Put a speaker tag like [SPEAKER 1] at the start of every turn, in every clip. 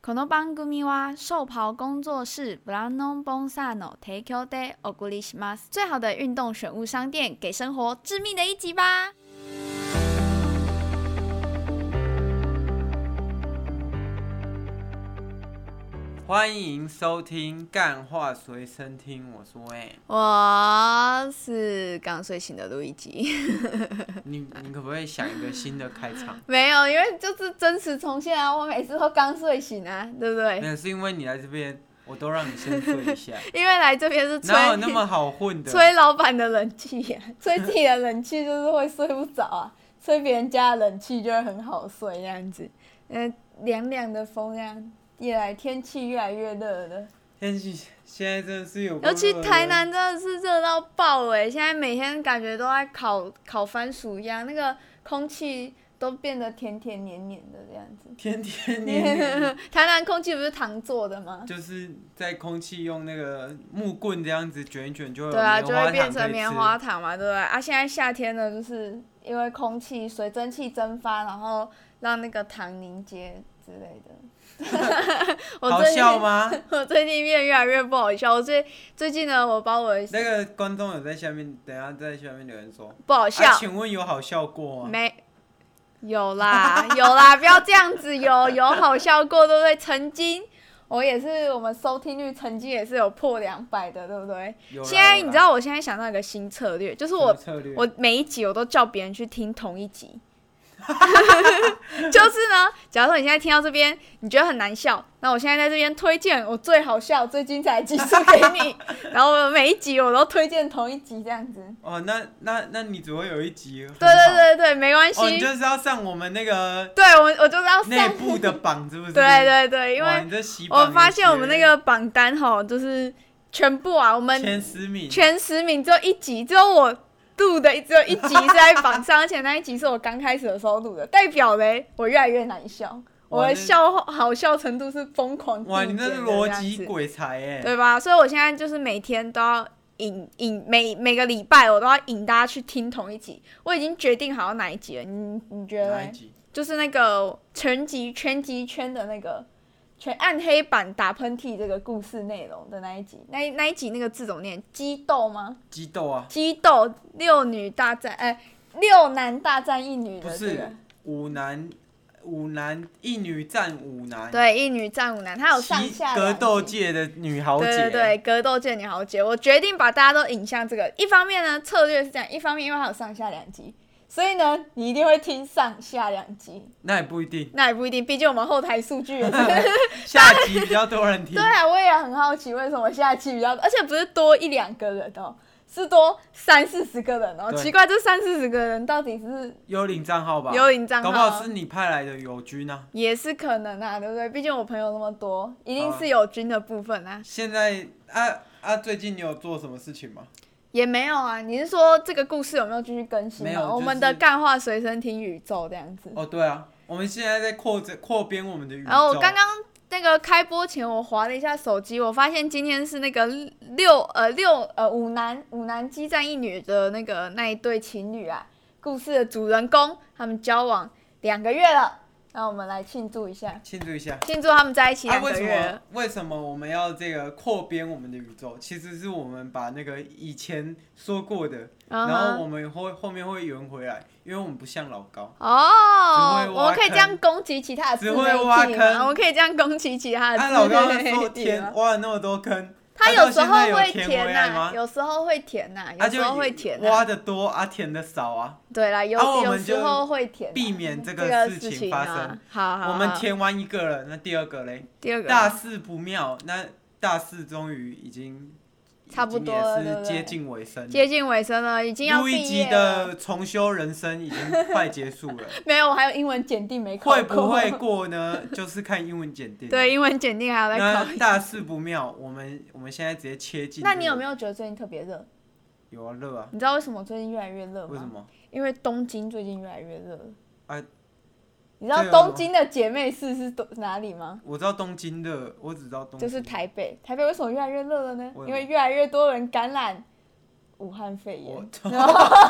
[SPEAKER 1] この番組は寿袍工作室ブランドボンサーの提供でお送りします。最好的运动选物商店，给生活致命的一击吧！
[SPEAKER 2] 欢迎收听《干话随身听》，我说哎、
[SPEAKER 1] 我是刚睡醒的路易吉，？
[SPEAKER 2] 你你可不可以想一个新的开场
[SPEAKER 1] 没有，因为就是真实重现啊，我每次都刚睡醒啊，对不
[SPEAKER 2] 没
[SPEAKER 1] 对？
[SPEAKER 2] 有，是因为你来这边，我都让你先睡一下，
[SPEAKER 1] 因为来这边是吹
[SPEAKER 2] 哪有那么好混的？
[SPEAKER 1] 吹老板的冷气 呀、吹自己的冷气就是会睡不着啊， 吹别人家的冷气就会很好睡这样子。嗯，凉凉的风这样，越来天气越来越热了，
[SPEAKER 2] 天气现在真的是 有，
[SPEAKER 1] 尤其台，南真的是热到爆哎、现在每天感觉都在烤 烤番薯一样，那个空气都变得甜甜黏黏的这样子。
[SPEAKER 2] 天天黏黏，
[SPEAKER 1] 台南空气不是糖做的 吗？
[SPEAKER 2] 就是在空气用那个木棍这样子卷一卷，就会有
[SPEAKER 1] 对啊，
[SPEAKER 2] 呃棉
[SPEAKER 1] 就
[SPEAKER 2] 花
[SPEAKER 1] 会变
[SPEAKER 2] 糖
[SPEAKER 1] 成
[SPEAKER 2] 可以
[SPEAKER 1] 棉
[SPEAKER 2] 吃
[SPEAKER 1] 花。糖嘛，对不对？啊，现在夏天呢，就是因为空气水蒸气蒸发，然后让那个糖凝结之类的。 我
[SPEAKER 2] 好
[SPEAKER 1] 最近
[SPEAKER 2] 笑吗？
[SPEAKER 1] 我最近变得越来越不好笑。我最最近呢，我把我的
[SPEAKER 2] 那个观众有在下面，等一下在下面留言说，
[SPEAKER 1] 不好
[SPEAKER 2] 好
[SPEAKER 1] 笑、
[SPEAKER 2] 请问有好笑过吗？
[SPEAKER 1] 没有啦，有啦，不要这样子，有有好笑过，对不对？曾经我也是，我们收听率曾经也是有破两百的，对不对？
[SPEAKER 2] 有啦
[SPEAKER 1] 现在
[SPEAKER 2] 有
[SPEAKER 1] 你
[SPEAKER 2] 啦
[SPEAKER 1] 知道，我现在想到一个新策略，就是
[SPEAKER 2] 什么
[SPEAKER 1] 我
[SPEAKER 2] 策略
[SPEAKER 1] 我每一集我都叫别人去听同一集， 就是呢，假如说你现在听到这边，你觉得很难笑，那我现在在这边推荐我最好笑、最精彩的集数给你，然后我每一集我都推荐同一集这样子。
[SPEAKER 2] 哦，那那那你只会有一集很好，
[SPEAKER 1] 对对对对，没关系。
[SPEAKER 2] 哦，你就是要上我们那个
[SPEAKER 1] 对我我就是要
[SPEAKER 2] 内
[SPEAKER 1] 上，
[SPEAKER 2] 部的榜，是不 是？
[SPEAKER 1] 对对对，因
[SPEAKER 2] 哇
[SPEAKER 1] 为
[SPEAKER 2] 你这洗榜
[SPEAKER 1] 我
[SPEAKER 2] 也
[SPEAKER 1] 发现我们那
[SPEAKER 2] 学
[SPEAKER 1] 个榜单吼，就是全部啊，我们
[SPEAKER 2] 前十名，
[SPEAKER 1] 前十名只有一集，只有我录的只有一集是在榜上，而且那一集是我刚开始的时候录的，代表嘞我越来越难笑，
[SPEAKER 2] 哇
[SPEAKER 1] 我的
[SPEAKER 2] 那
[SPEAKER 1] 笑好笑程度是疯狂
[SPEAKER 2] 哇，
[SPEAKER 1] 递
[SPEAKER 2] 你那
[SPEAKER 1] 减
[SPEAKER 2] 是
[SPEAKER 1] 的这
[SPEAKER 2] 逻
[SPEAKER 1] 样
[SPEAKER 2] 辑
[SPEAKER 1] 子
[SPEAKER 2] 鬼才哎、
[SPEAKER 1] 对吧？所以我现在就是每天都要引引每每个礼拜我都要引大家去听同一集，我已经决定好要哪一集了，你你觉得
[SPEAKER 2] 哪
[SPEAKER 1] 嘞
[SPEAKER 2] 一？集？
[SPEAKER 1] 就是那个全集全集圈的那个。全暗黑版打喷嚏这个故事内容的那一集，那一那一集那个字怎么念？激斗吗？
[SPEAKER 2] 激斗啊，
[SPEAKER 1] 激斗六女大战，哎、六男大战一女
[SPEAKER 2] 不
[SPEAKER 1] 的这
[SPEAKER 2] 是
[SPEAKER 1] 个，
[SPEAKER 2] 五男五男一女战五男，
[SPEAKER 1] 对，一女战五男，她有上
[SPEAKER 2] 其
[SPEAKER 1] 下
[SPEAKER 2] 格
[SPEAKER 1] 两
[SPEAKER 2] 斗
[SPEAKER 1] 集
[SPEAKER 2] 界的女豪
[SPEAKER 1] 对对
[SPEAKER 2] 杰，
[SPEAKER 1] 对，格斗界女豪杰，我决定把大家都引向这个。一方面呢，策略是这样；一方面，因为它有上下两集，所以呢，你一定会听上下两集。
[SPEAKER 2] 那也不一定，
[SPEAKER 1] 那也不一定，毕竟我们后台数 据也是。
[SPEAKER 2] 下集比较多人听
[SPEAKER 1] 对。啊，我也很好奇，为什么下期比较，而且不是多一两个人哦，是多三四十个人哦。
[SPEAKER 2] 对
[SPEAKER 1] 奇怪，这三四十个人到底是
[SPEAKER 2] 幽灵账号吧，
[SPEAKER 1] 幽灵账号
[SPEAKER 2] 搞不好是你派来的友军啊。
[SPEAKER 1] 也是可能啊，对不对？毕竟我朋友那么多，一定
[SPEAKER 2] 啊
[SPEAKER 1] 是有军的部分啊。
[SPEAKER 2] 现在啊啊，最近你有做什么事情吗？
[SPEAKER 1] 也没有啊，你是说这个故事有没有继续更新吗？啊
[SPEAKER 2] 没有就是
[SPEAKER 1] 我们的干话随身听宇宙这样子。
[SPEAKER 2] 哦，对啊，我们现在在扩展扩编我们的宇宙。
[SPEAKER 1] 然后我刚刚那个开播前，我划了一下手机，我发现今天是那个六呃六呃五男五男激战一女的那个那一对情侣啊，故事的主人公他们交往两个月了，那我们来庆祝一下，
[SPEAKER 2] 庆祝一下。
[SPEAKER 1] 庆祝他们在一起
[SPEAKER 2] 啊，
[SPEAKER 1] 两
[SPEAKER 2] 为
[SPEAKER 1] 个
[SPEAKER 2] 什
[SPEAKER 1] 月
[SPEAKER 2] 么
[SPEAKER 1] 了。
[SPEAKER 2] 为什么我们要这个扩编我们的宇宙？其实是我们把那个以前说过的，
[SPEAKER 1] 嗯哼
[SPEAKER 2] 然后我们会后面会圆回来，因为我们不像老高，
[SPEAKER 1] 哦
[SPEAKER 2] 只会挖，
[SPEAKER 1] 我们可以这样攻击其他的自
[SPEAKER 2] 只
[SPEAKER 1] 媒
[SPEAKER 2] 会
[SPEAKER 1] 体
[SPEAKER 2] 挖
[SPEAKER 1] 吗？
[SPEAKER 2] 坑
[SPEAKER 1] 我们可以这样攻击其他的
[SPEAKER 2] 啊，
[SPEAKER 1] 自
[SPEAKER 2] 老高
[SPEAKER 1] 媒
[SPEAKER 2] 说
[SPEAKER 1] 体吗
[SPEAKER 2] 填？挖了那么多坑，
[SPEAKER 1] 啊他
[SPEAKER 2] 啊
[SPEAKER 1] 有
[SPEAKER 2] 到
[SPEAKER 1] 时
[SPEAKER 2] 现
[SPEAKER 1] 候
[SPEAKER 2] 在有
[SPEAKER 1] 会
[SPEAKER 2] 填
[SPEAKER 1] 填
[SPEAKER 2] 回来
[SPEAKER 1] 呐、
[SPEAKER 2] 吗？
[SPEAKER 1] 有时候会填呐、
[SPEAKER 2] 啊
[SPEAKER 1] 有时候会填呐、
[SPEAKER 2] 挖的多啊，填的少啊，
[SPEAKER 1] 对啦，有、
[SPEAKER 2] 啊我
[SPEAKER 1] 有
[SPEAKER 2] 们
[SPEAKER 1] 时
[SPEAKER 2] 就
[SPEAKER 1] 候会填啊、
[SPEAKER 2] 避免这
[SPEAKER 1] 这
[SPEAKER 2] 个
[SPEAKER 1] 个
[SPEAKER 2] 事情
[SPEAKER 1] 情
[SPEAKER 2] 发
[SPEAKER 1] 啊
[SPEAKER 2] 生。
[SPEAKER 1] 好好好，
[SPEAKER 2] 我们填完一个了，那第二个嘞？
[SPEAKER 1] 第二个
[SPEAKER 2] 大事不妙，那大事终于已经
[SPEAKER 1] 差不多了
[SPEAKER 2] 已经
[SPEAKER 1] 对
[SPEAKER 2] 也
[SPEAKER 1] 不
[SPEAKER 2] 是
[SPEAKER 1] 对
[SPEAKER 2] 接近尾声了。
[SPEAKER 1] 接近尾声了，已经要
[SPEAKER 2] 录一
[SPEAKER 1] 毕
[SPEAKER 2] 集
[SPEAKER 1] 业了。
[SPEAKER 2] 的重修人生已经快结束 了，
[SPEAKER 1] 没有，我还有英文检定没考
[SPEAKER 2] 会不
[SPEAKER 1] 过
[SPEAKER 2] 会？过呢？就是看英文检定。，
[SPEAKER 1] 对，英文检定还要再考。
[SPEAKER 2] 那大事不妙，我们我们现在直接切进。
[SPEAKER 1] 那你有没
[SPEAKER 2] 有？
[SPEAKER 1] 有觉得最近特别热？
[SPEAKER 2] 有啊，热啊。
[SPEAKER 1] 你知道为什么最近越来越热吗？
[SPEAKER 2] 为什么？
[SPEAKER 1] 因为东京最近越来越热了。
[SPEAKER 2] 啊
[SPEAKER 1] 你知道
[SPEAKER 2] 这有
[SPEAKER 1] 东京的姐妹市是都哪里吗？
[SPEAKER 2] 我知道东京热，我只知道东
[SPEAKER 1] 就
[SPEAKER 2] 京。
[SPEAKER 1] 是台北。台北为什么越来越热了呢
[SPEAKER 2] 为什？么
[SPEAKER 1] 因为越来越多人感染武汉肺
[SPEAKER 2] 我
[SPEAKER 1] 炎。哦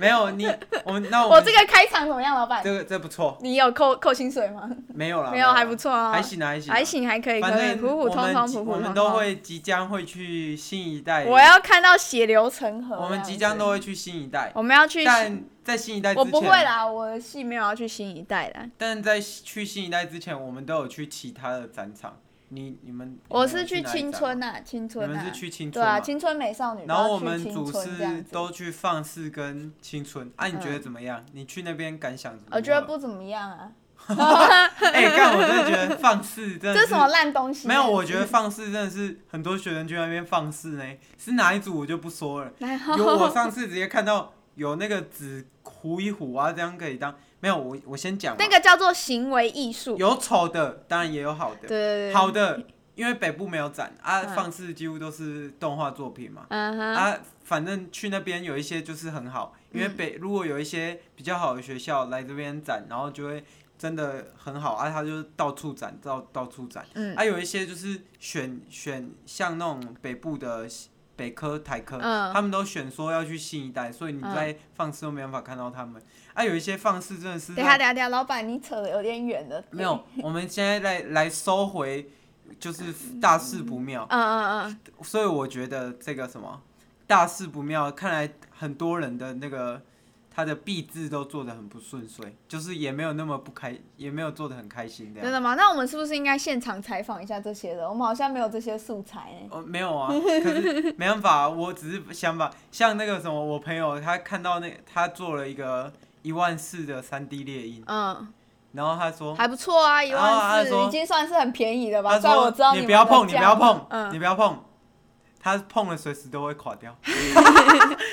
[SPEAKER 2] 没有你，我们那我
[SPEAKER 1] 我
[SPEAKER 2] 们
[SPEAKER 1] 这个开场怎么样，老板
[SPEAKER 2] 这？个这不错，
[SPEAKER 1] 你有扣扣薪水吗？
[SPEAKER 2] 没有啦，
[SPEAKER 1] 没有，还不
[SPEAKER 2] 错，
[SPEAKER 1] 错啊，
[SPEAKER 2] 还行啊，还行啊，
[SPEAKER 1] 还行，还哎可以，
[SPEAKER 2] 反
[SPEAKER 1] 可以，
[SPEAKER 2] 正
[SPEAKER 1] 普普
[SPEAKER 2] 我
[SPEAKER 1] 通
[SPEAKER 2] 们
[SPEAKER 1] 通，
[SPEAKER 2] 即
[SPEAKER 1] 普普
[SPEAKER 2] 我
[SPEAKER 1] 通通。
[SPEAKER 2] 们都会即将会去新一代，
[SPEAKER 1] 我要看到血流成河。啊
[SPEAKER 2] 我们即将都，会去新一代，
[SPEAKER 1] 我们要去。
[SPEAKER 2] 但在新一代之
[SPEAKER 1] 我
[SPEAKER 2] 前，
[SPEAKER 1] 不会啦，我的戏没有要去新一代啦，
[SPEAKER 2] 但在去新一代之前，我们都有去其他的展场。你你们
[SPEAKER 1] 我
[SPEAKER 2] 你们
[SPEAKER 1] 是
[SPEAKER 2] 有
[SPEAKER 1] 去
[SPEAKER 2] 哪里
[SPEAKER 1] 青
[SPEAKER 2] 展
[SPEAKER 1] 春呐，青
[SPEAKER 2] 你
[SPEAKER 1] 春
[SPEAKER 2] 们
[SPEAKER 1] 呐
[SPEAKER 2] 是，去青
[SPEAKER 1] 对
[SPEAKER 2] 春嘛
[SPEAKER 1] 啊，青春美少女。
[SPEAKER 2] 然后
[SPEAKER 1] 要
[SPEAKER 2] 我
[SPEAKER 1] 去
[SPEAKER 2] 们
[SPEAKER 1] 青
[SPEAKER 2] 主
[SPEAKER 1] 春这样
[SPEAKER 2] 是
[SPEAKER 1] 子
[SPEAKER 2] 都去放肆跟青春啊，你觉得
[SPEAKER 1] 嗯
[SPEAKER 2] 怎么样？你去那边感想怎么样？
[SPEAKER 1] 我觉得不怎么样啊，
[SPEAKER 2] 哎，干我真的觉得放肆
[SPEAKER 1] 这
[SPEAKER 2] 真的
[SPEAKER 1] 是
[SPEAKER 2] 是
[SPEAKER 1] 什么烂东西？啊
[SPEAKER 2] 没有，我觉得放肆真的是很多学生去那边放肆呢，是哪一组我就不说了。
[SPEAKER 1] 然
[SPEAKER 2] 有我上次 直接看到有那个纸糊一糊啊，这样可以当没有我我先讲嘛
[SPEAKER 1] 那个叫做行为艺术。
[SPEAKER 2] 有丑的，当然也有好
[SPEAKER 1] 对
[SPEAKER 2] 的，
[SPEAKER 1] 对对。
[SPEAKER 2] 好。的因为北部没有展啊，
[SPEAKER 1] 嗯
[SPEAKER 2] 放肆几乎都是动画作品嘛。
[SPEAKER 1] 嗯嗯哼。
[SPEAKER 2] 啊，反正去那边有一些就是很好，因为北、如果有一些比较好的学校来这边展，然后就会真的很好啊，他就到处展，到到处展。
[SPEAKER 1] 嗯
[SPEAKER 2] 啊，有一些就是选选像那种北部的北科、台科，
[SPEAKER 1] 嗯
[SPEAKER 2] 他们都选说要去新一代，所以你
[SPEAKER 1] 嗯
[SPEAKER 2] 在放肆都没办法看到他们。啊，有一些放肆真的是
[SPEAKER 1] 等一下，等一下，等一下，老板，你扯的有点远了。
[SPEAKER 2] 没有，我们现在来来收回，就是大事不妙。
[SPEAKER 1] 嗯。嗯嗯
[SPEAKER 2] 所以我觉得这个什么大事不妙，看来很多人的那个他的币制都做的很不顺遂，就是也没有那么不开，也没有做的很开心这
[SPEAKER 1] 嗯，
[SPEAKER 2] 样。
[SPEAKER 1] 真的吗？那我们是不是应该现场采访一下这些人？我们好像没有这些素材欸呢。
[SPEAKER 2] 哦，没有啊，可是没办法啊，我只是想把像那个什么，我朋友他看到那他做了一个一万四的三 D 猎鹰，
[SPEAKER 1] 嗯，
[SPEAKER 2] 然后他说
[SPEAKER 1] 还不错啊，一
[SPEAKER 2] 啊
[SPEAKER 1] 万
[SPEAKER 2] 他
[SPEAKER 1] 四
[SPEAKER 2] 说
[SPEAKER 1] 已经算是很便宜的吧？
[SPEAKER 2] 他
[SPEAKER 1] 虽然我知道
[SPEAKER 2] 说你
[SPEAKER 1] 们
[SPEAKER 2] 不要
[SPEAKER 1] 的
[SPEAKER 2] 碰，你
[SPEAKER 1] 价
[SPEAKER 2] 不要
[SPEAKER 1] 格
[SPEAKER 2] 碰，
[SPEAKER 1] 嗯
[SPEAKER 2] 你不要碰，他碰了随时都会垮 掉。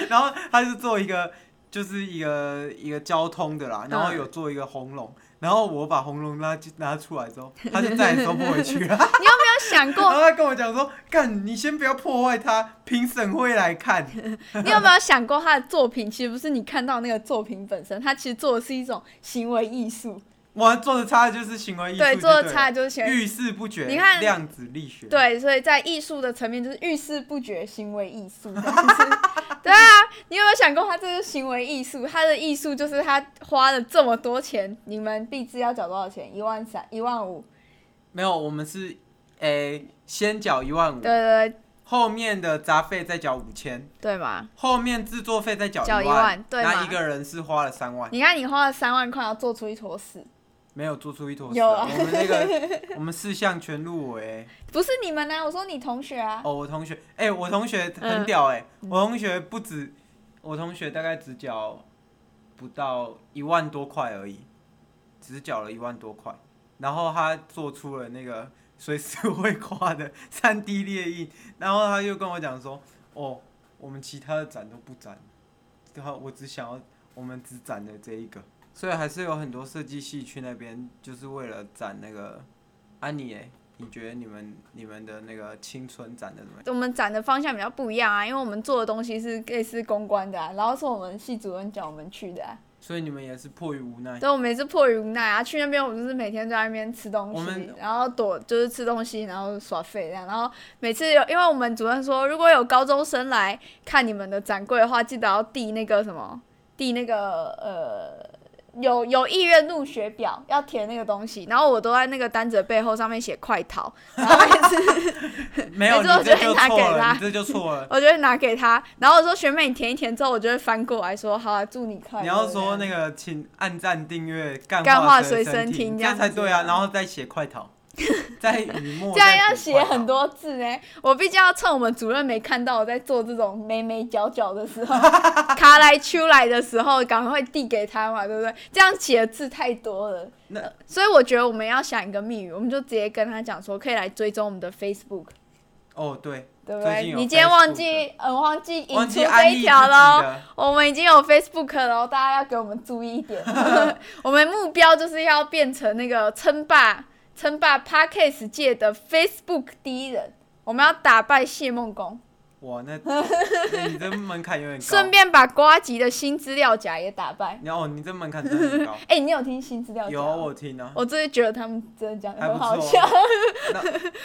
[SPEAKER 2] 然后他就做一个，就是一个一个交通的啦，然后
[SPEAKER 1] 嗯
[SPEAKER 2] 有做一个红龙，然后我把红龙拉拿出来之后，他就再也收不回去了。
[SPEAKER 1] 没有想
[SPEAKER 2] 然
[SPEAKER 1] 过，
[SPEAKER 2] 后他跟我讲说：“干，你先不要破坏它，评审会来看。
[SPEAKER 1] 你有没有想过他的作品其实不是你看到那个作品本身，他其实做的是一种行为艺术。”
[SPEAKER 2] 哇，做的差的就是行为艺术就
[SPEAKER 1] 对，
[SPEAKER 2] 对
[SPEAKER 1] 做的
[SPEAKER 2] 了
[SPEAKER 1] 差就是行为
[SPEAKER 2] 遇事不决，
[SPEAKER 1] 你看
[SPEAKER 2] 量子力学。
[SPEAKER 1] 对，所以在艺术的层面，就是遇事不决，行为艺术。这样子 对啊，你有没有想过，他这是行为艺术？他的艺术就是他花了这么多钱，你们必知要缴多少钱？一万三、一万五？
[SPEAKER 2] 没有，我们是诶、先缴一万五，
[SPEAKER 1] 对对对
[SPEAKER 2] 后面的杂费再缴五千。
[SPEAKER 1] 对嘛？
[SPEAKER 2] 后面制作费再缴
[SPEAKER 1] 缴
[SPEAKER 2] 一
[SPEAKER 1] 1万对嘛
[SPEAKER 2] 那一个人是花了三万，
[SPEAKER 1] 你看你花了三万块要做出一坨屎，
[SPEAKER 2] 没有做出一坨屎。
[SPEAKER 1] 有啊
[SPEAKER 2] 我们那个 我们四项全入围。
[SPEAKER 1] 不是你们啊，我说你同学啊。
[SPEAKER 2] 哦，我同学，哎、我同学
[SPEAKER 1] 嗯
[SPEAKER 2] 很屌哎、我同学不止，我同学大概只缴不到一万多块而已，只缴了一万多块，然后他做出了那个随时会垮的三 D 列印，然后他又跟我讲说，哦，我们其他的展都不展，然后我只想要我们只展的这一个，所以还是有很多设计系去那边就是为了展那个安妮、欸。你觉得你们你们的那个青春展的怎么样？
[SPEAKER 1] 我们展的方向比较不一样啊，因为我们做的东西是类似公关的、啊，然后是我们系主任叫我们去的、啊，
[SPEAKER 2] 所以你们也是迫于无奈。
[SPEAKER 1] 所以我们也是迫于无奈啊，去那边我们就是每天在那边吃东
[SPEAKER 2] 我
[SPEAKER 1] 西
[SPEAKER 2] 们，
[SPEAKER 1] 然后躲就是吃东西，然后耍废这样，然后每次有，因为我们主任说，如果有高中生来看你们的展柜的话，记得要递那个什么，递那个呃有有意愿入学表，要填那个东西，然后我都在那个单子的背后上面写快逃，然后每次
[SPEAKER 2] 没有，
[SPEAKER 1] 没
[SPEAKER 2] 你
[SPEAKER 1] 错
[SPEAKER 2] 这
[SPEAKER 1] 我就拿给
[SPEAKER 2] 就错
[SPEAKER 1] 他
[SPEAKER 2] 了，你这就错了。
[SPEAKER 1] 我就会拿给他，然后我说学妹你填一填之后，我就会翻过来说好、啊，祝你 快乐。
[SPEAKER 2] 你要说
[SPEAKER 1] 这
[SPEAKER 2] 那
[SPEAKER 1] 样
[SPEAKER 2] 个，请按赞、订阅、干
[SPEAKER 1] 干话随
[SPEAKER 2] 随
[SPEAKER 1] 身
[SPEAKER 2] 身
[SPEAKER 1] 听这
[SPEAKER 2] 听，这
[SPEAKER 1] 样
[SPEAKER 2] 样
[SPEAKER 1] 子
[SPEAKER 2] 才对啊。然后再写 快逃，在雨墨
[SPEAKER 1] 这样要写很
[SPEAKER 2] 多。
[SPEAKER 1] 多字呢，我毕竟要趁我们主任没看到我在做这种眉眉角角的时候， 卡来出来的时候，赶快递给他嘛，对不对？这样写的字太多了。
[SPEAKER 2] 那
[SPEAKER 1] 呃所以我觉得我们要想一个密语，我们就直接跟他讲说，可以来追踪我们的 Facebook，
[SPEAKER 2] 哦，对，
[SPEAKER 1] 对不
[SPEAKER 2] 最
[SPEAKER 1] 对？
[SPEAKER 2] 近有
[SPEAKER 1] 你今天忘
[SPEAKER 2] Facebook
[SPEAKER 1] 记，嗯，忘记引
[SPEAKER 2] 忘
[SPEAKER 1] 出
[SPEAKER 2] 记安
[SPEAKER 1] 这一
[SPEAKER 2] 利
[SPEAKER 1] 条喽。
[SPEAKER 2] 喽。
[SPEAKER 1] 我们已经有 Facebook 了哦，大家要给我们注意一 点。我们目标就是要变成那个称霸称霸 Parkes 界的 Facebook 第一人，我们要打败谢梦工，
[SPEAKER 2] 哇， 那你这门槛有点
[SPEAKER 1] 顺
[SPEAKER 2] 高。
[SPEAKER 1] 便把瓜吉的新资料夹也打败。
[SPEAKER 2] 你哦，你这门槛真的很高。
[SPEAKER 1] 哎、 你有听新资料夹？
[SPEAKER 2] 有我听啊，
[SPEAKER 1] 我真的觉得他们真的讲的
[SPEAKER 2] 还
[SPEAKER 1] 很
[SPEAKER 2] 不
[SPEAKER 1] 好
[SPEAKER 2] 错
[SPEAKER 1] 笑。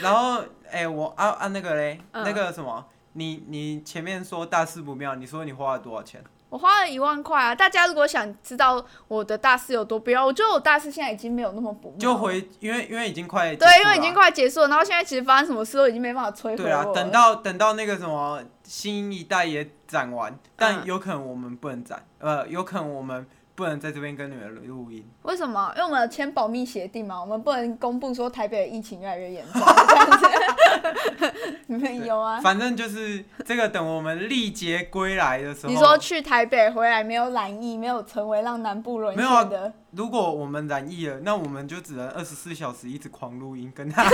[SPEAKER 2] 然后哎，我啊啊那个嘞，
[SPEAKER 1] 嗯
[SPEAKER 2] 那个什么，你你前面说大事不妙，你说你花了多少钱？
[SPEAKER 1] 我花了一万块啊！大家如果想知道我的大四有多不要，我觉得我大四现在已经没有那么不妙了
[SPEAKER 2] 就回，因为因为已经快
[SPEAKER 1] 对，因为已
[SPEAKER 2] 结束
[SPEAKER 1] 经
[SPEAKER 2] 了啊
[SPEAKER 1] 快结束了，然后现在其实发生什么事都已经没办法摧毁我
[SPEAKER 2] 对啊
[SPEAKER 1] 了。，
[SPEAKER 2] 等到等到那个什么新一代也展完，但
[SPEAKER 1] 嗯
[SPEAKER 2] 有可能我们不能展，呃，有可能我们不能在这边跟你们录音。
[SPEAKER 1] 为什么？因为我们有签保密协定嘛，我们不能公布说台北的疫情越来越 严重。这样子没有啊？
[SPEAKER 2] 反正就是这个，等我们历劫归来的时 候，
[SPEAKER 1] 你说去台北回来没有染疫，没有成为让南部沦
[SPEAKER 2] 没有啊
[SPEAKER 1] 陷的，
[SPEAKER 2] 如果我们染疫了，那我们就只能二十四小时一直狂录音，跟 他。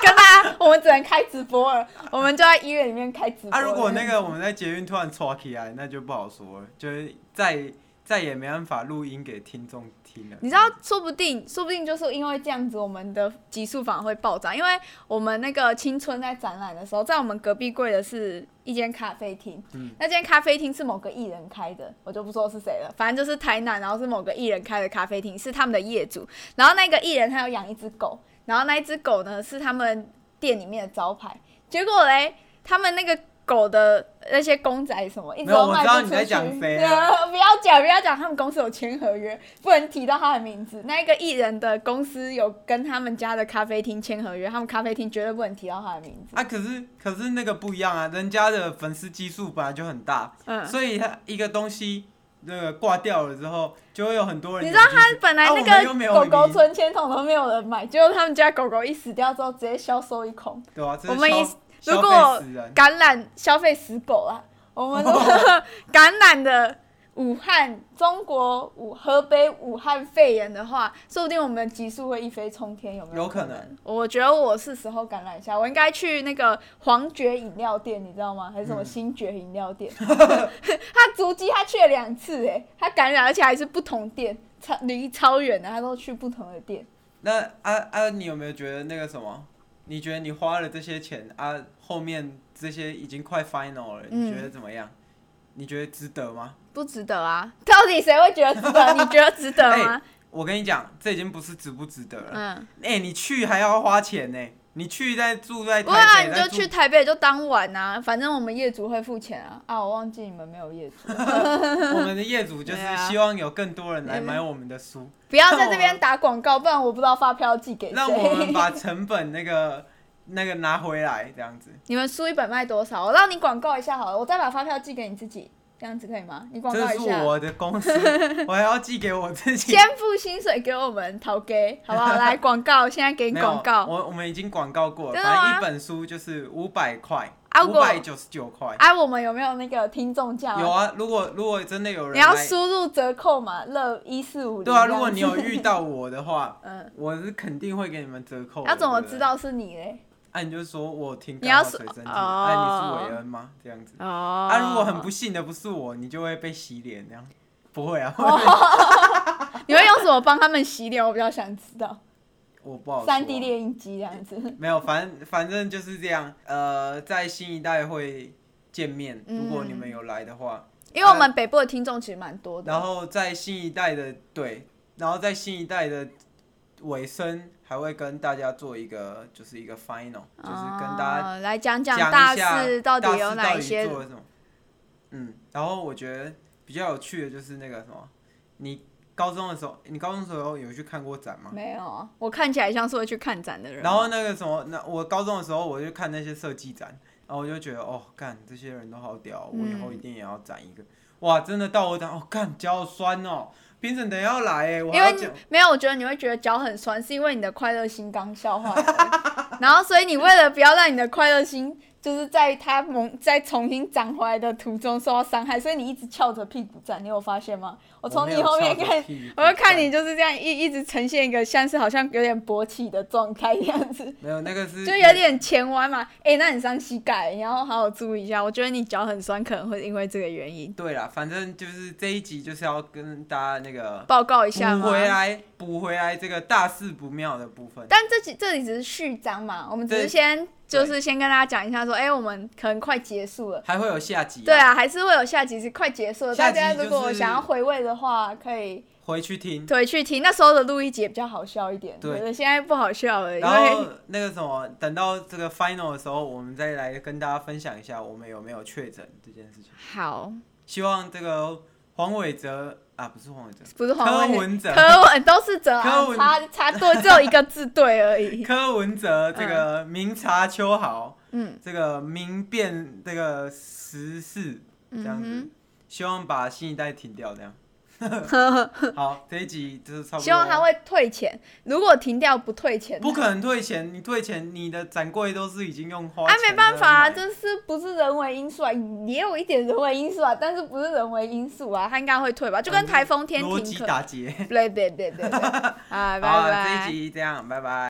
[SPEAKER 1] 跟大家我们只能开直播了，我们就在医院里面开直播了。
[SPEAKER 2] 啊，如果那个我们在捷运突然戳起来，那就不好说了，就是再再也没办法录音给听众听了。
[SPEAKER 1] 你知道，说不定，说不定就是因为这样子，我们的集数反而会暴涨。因为我们那个青春在展览的时候，在我们隔壁柜的是一间咖啡厅，
[SPEAKER 2] 嗯
[SPEAKER 1] 那间咖啡厅是某个艺人开的，我就不说是谁了，反正就是台南，然后是某个艺人开的咖啡厅，是他们的业主。然后那个艺人他有养一只狗，然后那一只狗呢是他们店里面的招牌。结果嘞，他们那个狗的那些公仔什么，一直
[SPEAKER 2] 没有
[SPEAKER 1] 都
[SPEAKER 2] 我
[SPEAKER 1] 卖
[SPEAKER 2] 知道
[SPEAKER 1] 不
[SPEAKER 2] 你
[SPEAKER 1] 出
[SPEAKER 2] 在
[SPEAKER 1] 去
[SPEAKER 2] 讲谁
[SPEAKER 1] 不要讲，不要讲，他们公司有签合约，不能提到他的名字。那个艺人的公司有跟他们家的咖啡厅签合约，他们咖啡厅绝对不能提到他的名字。
[SPEAKER 2] 啊，可是可是那个不一样啊，人家的粉丝基数本来就很大，
[SPEAKER 1] 嗯，
[SPEAKER 2] 所以他一个东西那个挂掉了之后，就会有很多人
[SPEAKER 1] 你
[SPEAKER 2] 点
[SPEAKER 1] 知
[SPEAKER 2] 进
[SPEAKER 1] 道
[SPEAKER 2] 去。
[SPEAKER 1] 他本来
[SPEAKER 2] 啊
[SPEAKER 1] 那
[SPEAKER 2] 我们又没有
[SPEAKER 1] 个狗狗
[SPEAKER 2] 名
[SPEAKER 1] 存钱筒都没有人买，结果他们家狗狗一死掉之后，直接销售一空。
[SPEAKER 2] 对啊，这是
[SPEAKER 1] 我们
[SPEAKER 2] 消
[SPEAKER 1] 一
[SPEAKER 2] 消
[SPEAKER 1] 如
[SPEAKER 2] 费
[SPEAKER 1] 果
[SPEAKER 2] 死人
[SPEAKER 1] 感染消费死狗啊！我们如果 感染的武汉、中国武河北武汉肺炎的话，说不定我们级数会一飞冲天，有没
[SPEAKER 2] 有
[SPEAKER 1] 可
[SPEAKER 2] 可
[SPEAKER 1] 能？
[SPEAKER 2] 能
[SPEAKER 1] 我觉得我是时候感染一下，我应该去那个黄爵饮料店，你知道吗？还是什么
[SPEAKER 2] 嗯
[SPEAKER 1] 星爵饮料 店？ 他足迹他去了两次、哎，他感染，而且还是不同店，超离超远的，他都去不同的店。
[SPEAKER 2] 那啊啊，你有没有觉得那个什么？你觉得你花了这些钱啊，后面这些已经快 final 了，你
[SPEAKER 1] 嗯
[SPEAKER 2] 觉得怎么样？你觉得值得吗？
[SPEAKER 1] 不值得啊！到底谁会觉得值 得？你觉得值得吗？
[SPEAKER 2] 我跟你讲，这已经不是值不值得了。
[SPEAKER 1] 嗯，
[SPEAKER 2] 哎、你去还要花钱呢、你去再住在
[SPEAKER 1] 不啊，
[SPEAKER 2] 台北，
[SPEAKER 1] 你
[SPEAKER 2] 再
[SPEAKER 1] 就
[SPEAKER 2] 住
[SPEAKER 1] 去台北就当晚啊，反正我们业主会付钱啊。啊，我忘记你们没有业主，
[SPEAKER 2] 我们的业 主就是
[SPEAKER 1] 对啊
[SPEAKER 2] 希望有更多人来买我们的书，
[SPEAKER 1] 不要在这边打广告，不然我不知道发票寄给
[SPEAKER 2] 让我们
[SPEAKER 1] 谁。
[SPEAKER 2] 把成本那个那个拿回来，这样子。
[SPEAKER 1] 你们书一本卖多少？我让你广告一下好了，我再把发票寄给你自己，这样子可以吗？你广
[SPEAKER 2] 这
[SPEAKER 1] 告
[SPEAKER 2] 是
[SPEAKER 1] 一下。
[SPEAKER 2] 我的 公司，我还要寄给我自己。
[SPEAKER 1] 先付薪水给我们陶给，好不 好？来广告，现在给你
[SPEAKER 2] 没有
[SPEAKER 1] 广告。
[SPEAKER 2] 我我们已经广告过了，
[SPEAKER 1] 真的吗
[SPEAKER 2] 反正一本书就是五百块
[SPEAKER 1] 啊，如
[SPEAKER 2] 五
[SPEAKER 1] 果
[SPEAKER 2] 百九十九块。
[SPEAKER 1] 哎、啊，我们有没有那个听众价？
[SPEAKER 2] 有啊，如果如果真的有人
[SPEAKER 1] 你要
[SPEAKER 2] 来
[SPEAKER 1] 输入折扣嘛，乐一四五零。
[SPEAKER 2] 对啊，如果你有遇到我的 话，
[SPEAKER 1] 嗯，
[SPEAKER 2] 我是肯定会给你们折扣的。
[SPEAKER 1] 要怎么
[SPEAKER 2] 对不对
[SPEAKER 1] 知？道是你嘞？
[SPEAKER 2] 啊，你就说我听
[SPEAKER 1] 你要
[SPEAKER 2] 刚好
[SPEAKER 1] 说
[SPEAKER 2] 随身听，
[SPEAKER 1] 哦
[SPEAKER 2] 啊，你是韦恩吗？这样子。
[SPEAKER 1] 哦
[SPEAKER 2] 啊，如果很不幸的不是我，你就会被洗脸这样。不会啊，
[SPEAKER 1] 哦你会用什么帮他们洗脸？我比较想知道。
[SPEAKER 2] 我不好说。啊
[SPEAKER 1] 三 D 猎印机这样子，
[SPEAKER 2] 没有，反正反正就是这样。呃，在新一代会见面，
[SPEAKER 1] 嗯
[SPEAKER 2] 如果你们有来的话，
[SPEAKER 1] 因为我们北部的听众其实蛮多的。
[SPEAKER 2] 然后在新一代的对，然后在新一代的尾声还会跟大家做一个就是一个 final，、就是跟大家
[SPEAKER 1] 哦来讲讲
[SPEAKER 2] 讲
[SPEAKER 1] 大
[SPEAKER 2] 一下
[SPEAKER 1] 四到
[SPEAKER 2] 大
[SPEAKER 1] 底有哪一
[SPEAKER 2] 四到底
[SPEAKER 1] 些
[SPEAKER 2] 做了什么。嗯，然后我觉得比较有趣的就是那个什么，你高中的时候，你高中的时候有去看过展吗？
[SPEAKER 1] 没有啊，我看起来像是会去看展的人。
[SPEAKER 2] 然后那个什么，那我高中的时候我就看那些设计展，然后我就觉得哦，干这些人都好屌，我以后一
[SPEAKER 1] 嗯
[SPEAKER 2] 定也要展一个。哇，真的到我展，哦，干脚好酸哦，评审等一下要来哎，我还
[SPEAKER 1] 因为
[SPEAKER 2] 要
[SPEAKER 1] 你
[SPEAKER 2] 讲。
[SPEAKER 1] 没有，我觉得你会觉得脚很酸，是因为你的快乐心刚消 化完，然后所以你为了不要让你的快乐心就是在它萌在重新长回来的途中受到伤害，所以你一直翘着屁股站，你有发现吗？我从
[SPEAKER 2] 没
[SPEAKER 1] 你
[SPEAKER 2] 有
[SPEAKER 1] 后面
[SPEAKER 2] 翘着
[SPEAKER 1] 看
[SPEAKER 2] 屁股
[SPEAKER 1] 我就看
[SPEAKER 2] 站
[SPEAKER 1] 你就是这样一一直呈现一个像是好像有点勃起的状态一样子，
[SPEAKER 2] 没有那个是
[SPEAKER 1] 就有点前弯嘛。哎、那很伤膝盖，你要好好注意一下。我觉得你脚很酸，可能会因为这个原因。
[SPEAKER 2] 对啦，反正就是这一集就是要跟大家那个
[SPEAKER 1] 报告一下
[SPEAKER 2] 补
[SPEAKER 1] 嘛。
[SPEAKER 2] 回来，补回来这个大事不妙的部分。
[SPEAKER 1] 但这集这里只是序章嘛，我们只是
[SPEAKER 2] 对
[SPEAKER 1] 先就是先跟大家讲一下说，哎、我们可能快结束了。
[SPEAKER 2] 还会有下集、
[SPEAKER 1] 啊对，啊，还是会有下集是快结束了。
[SPEAKER 2] 下
[SPEAKER 1] 大
[SPEAKER 2] 集
[SPEAKER 1] 家如
[SPEAKER 2] 就
[SPEAKER 1] 果
[SPEAKER 2] 是
[SPEAKER 1] 想要回味的话，可以
[SPEAKER 2] 回去听。
[SPEAKER 1] 对，去听那时候的录一集也比较好笑一点，
[SPEAKER 2] 对
[SPEAKER 1] 对，现在不好笑了，因
[SPEAKER 2] 然
[SPEAKER 1] 为
[SPEAKER 2] 后那个什么，等到这个 final 的时候，我们再来跟大家分享一下我们有没有确诊这件事情。
[SPEAKER 1] 好
[SPEAKER 2] 希望这个黄伟哲啊，不是黄伟哲，
[SPEAKER 1] 不是黄
[SPEAKER 2] 柯
[SPEAKER 1] 伟
[SPEAKER 2] 文哲，
[SPEAKER 1] 柯文都是哲啊
[SPEAKER 2] 柯，文
[SPEAKER 1] 查查对，只有一个字对而已。
[SPEAKER 2] 柯文哲这个明察秋毫，
[SPEAKER 1] 嗯
[SPEAKER 2] 这个明辨这个时事， 这样子，
[SPEAKER 1] 嗯
[SPEAKER 2] 希望把新一代停 掉，这样。
[SPEAKER 1] 哼，
[SPEAKER 2] 好，这一集就是差不多。
[SPEAKER 1] 希望他会退钱。如果停掉不退钱，
[SPEAKER 2] 不可能退钱，你退钱，你的展柜都是已经用花
[SPEAKER 1] 啊
[SPEAKER 2] 钱，
[SPEAKER 1] 没办法啊，
[SPEAKER 2] 在买
[SPEAKER 1] 这是不是人为因素啊？也有一点人为因素啊，但是不是人为因素啊，他应该会退吧？就跟台风天
[SPEAKER 2] 逻
[SPEAKER 1] 停
[SPEAKER 2] 辑
[SPEAKER 1] 课，
[SPEAKER 2] 打结。
[SPEAKER 1] 对对对对对，啊，拜
[SPEAKER 2] 好啊，这
[SPEAKER 1] 拜
[SPEAKER 2] 一。集这样，拜拜。